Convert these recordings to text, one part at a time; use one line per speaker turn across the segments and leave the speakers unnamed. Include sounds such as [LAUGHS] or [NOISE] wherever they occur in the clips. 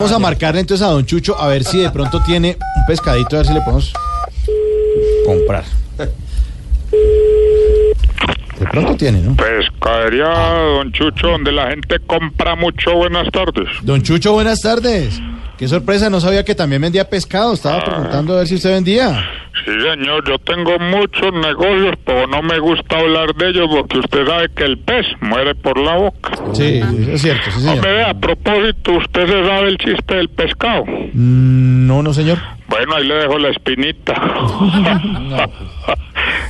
Vamos a marcarle entonces a Don Chucho a ver si de pronto tiene un pescadito, a ver si le podemos comprar. De pronto tiene, ¿no?
Pescadería Don Chucho, donde la gente compra mucho. Buenas tardes.
Don Chucho, buenas tardes. Qué sorpresa, no sabía que también vendía pescado. Estaba preguntando a ver si usted vendía.
Sí, señor, yo tengo muchos negocios, pero no me gusta hablar de ellos porque usted sabe que el pez muere por la boca.
Sí, eso es cierto, sí,
Hombre,
señor.
vea, a propósito, usted se sabe el chiste del pescado.
Mm, No, no, señor.
Bueno, ahí le dejo la espinita. [LAUGHS] Ah,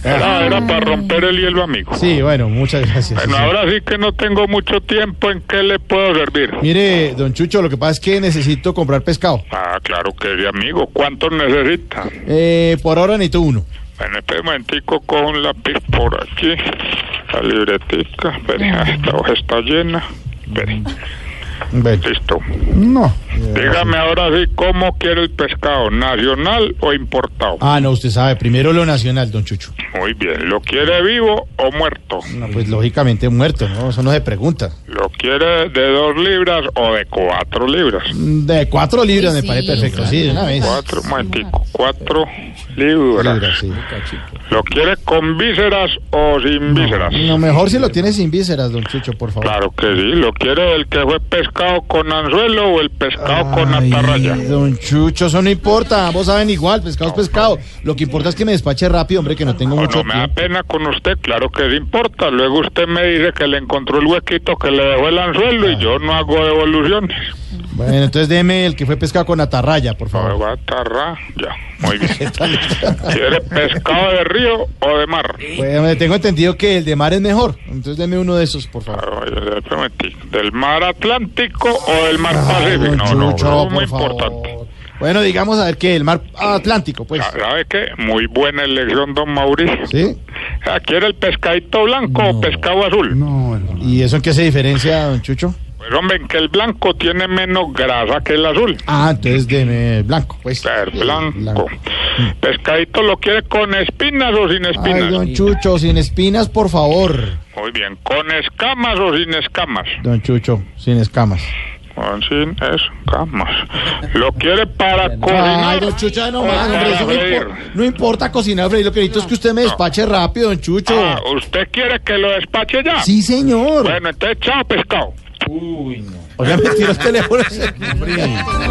era, era para romper el hielo, amigo.
Sí, bueno, muchas gracias. sí,
Bueno,
señor.
ahora sí que no tengo mucho tiempo en qué le puedo servir.
Mire, don Chucho, lo que pasa es que necesito comprar pescado.
Ah, claro que sí, amigo. ¿Cuántos necesita?
Eh, por ahora necesito uno.
Bueno, espera un momentico con un lápiz por aquí. La libretica. Espere, ah, esta hoja está llena. Espere,
Bueno,
listo.
no.
Dígame ahora sí cómo quiere el pescado, nacional o importado.
Ah, no, usted sabe, primero lo nacional, don Chucho.
Muy bien, ¿lo quiere vivo o muerto?
No, pues lógicamente muerto, ¿no? Eso no se pregunta.
¿Lo quiere de dos libras o de cuatro libras?
De cuatro libras me
sí,
parece perfecto, sí, de una vez.
Cuatro, un momentico, cuatro libras.
Libras, sí.
¿Lo quiere con vísceras o sin vísceras?
No, mejor si lo tiene sin vísceras, don Chucho, por favor.
Claro que sí, ¿lo quiere el que fue pescado con anzuelo o el pescado con
Ay,
atarraya?
don Chucho, eso no importa, ambos saben igual, pescado es pescado. Lo que importa es que me despache rápido, hombre, que no tengo
No,
mucho
no me da
tiempo.
pena con usted, claro que le importa. Luego usted me dice que le encontró el huequito que le dejó el anzuelo
Ah.
y yo no hago devoluciones.
Bueno, entonces deme el que fue pescado con atarraya, por
Me
favor.
va a atarrar, ya,
[LAUGHS]
muy bien. ¿Quiere pescado de río o de mar?
Pues, hombre, tengo entendido que el de mar es mejor, entonces deme uno de esos, por favor.
Claro, yo le prometí. ¿Del mar Atlántico o del mar
Ay,
Pacífico?
don
No, no,
Chucho,
no, es
por
muy
favor.
importante. Ah,
Bueno, digamos a ver qué, el mar Atlántico, pues.
¿Sabe qué? Muy buena elección, don Mauricio.
¿Sí?
Ah, ¿Quiere el pescadito blanco o pescado azul?
¿Y eso en qué se diferencia, don Chucho?
Pues hombre, que el blanco tiene menos grasa que el azul.
Ah, entonces deme blanco, pues.
El blanco.
Blanco.
Pescadito lo quiere con espinas o sin
Ay,
espinas.
don Chucho, sin espinas, por favor.
Muy bien, con escamas o sin escamas.
Don Chucho, sin escamas.
Con sin escamas. Lo quiere para
Ay,
cocinar.
don Chucho, ay, no
o
más, hombre,
para
eso no,
freír.
impor- no importa cocinar, Freddy, lo que necesito es que usted me despache rápido, don Chucho.
Ah, ¿usted quiere que lo despache ya?
Sí, señor.
Bueno, entonces chao pescado.
Oiga, me tiró el teléfono. se me fría.